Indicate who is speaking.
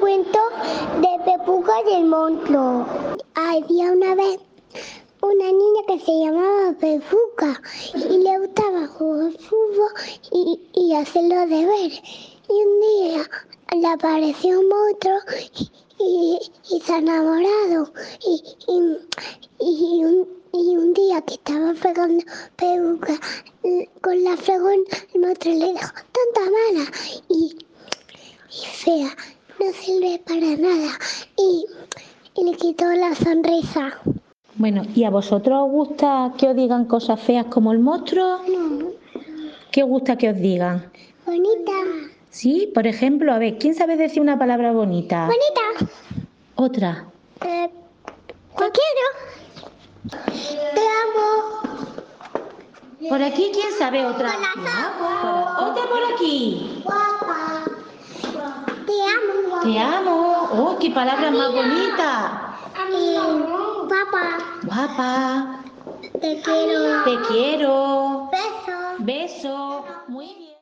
Speaker 1: cuento de Pepuca y el monstruo. Había una vez una niña que se llamaba Pepuca y le gustaba jugar fútbol y, y hacer los deberes. Y un día le apareció un monstruo y, y- y se enamoraron. Y, y- y un, y un día que estaba fregando Pepuca eh, con la fregón, el monstruo le dijo, tanta mala. Y y fea, no sirve para nada. Y, y le quitó la sonrisa.
Speaker 2: Bueno, ¿y a vosotros os gusta que os digan cosas feas como el monstruo?
Speaker 1: No,
Speaker 2: ¿Qué os gusta que os digan?
Speaker 1: bonita.
Speaker 2: Sí, por ejemplo, a ver, ¿quién sabe decir una palabra bonita?
Speaker 1: Bonita.
Speaker 2: Otra.
Speaker 1: Eh, te quiero. Te amo.
Speaker 2: Por aquí, ¿quién sabe otra? pues,
Speaker 1: Corazón.
Speaker 2: Otra por aquí.
Speaker 1: Guapa. Te amo,
Speaker 2: Te amo. Oh, qué palabra más bonita.
Speaker 1: Eh, papá,
Speaker 2: Guapa.
Speaker 1: te quiero.
Speaker 2: Te quiero.
Speaker 1: Beso.
Speaker 2: Beso.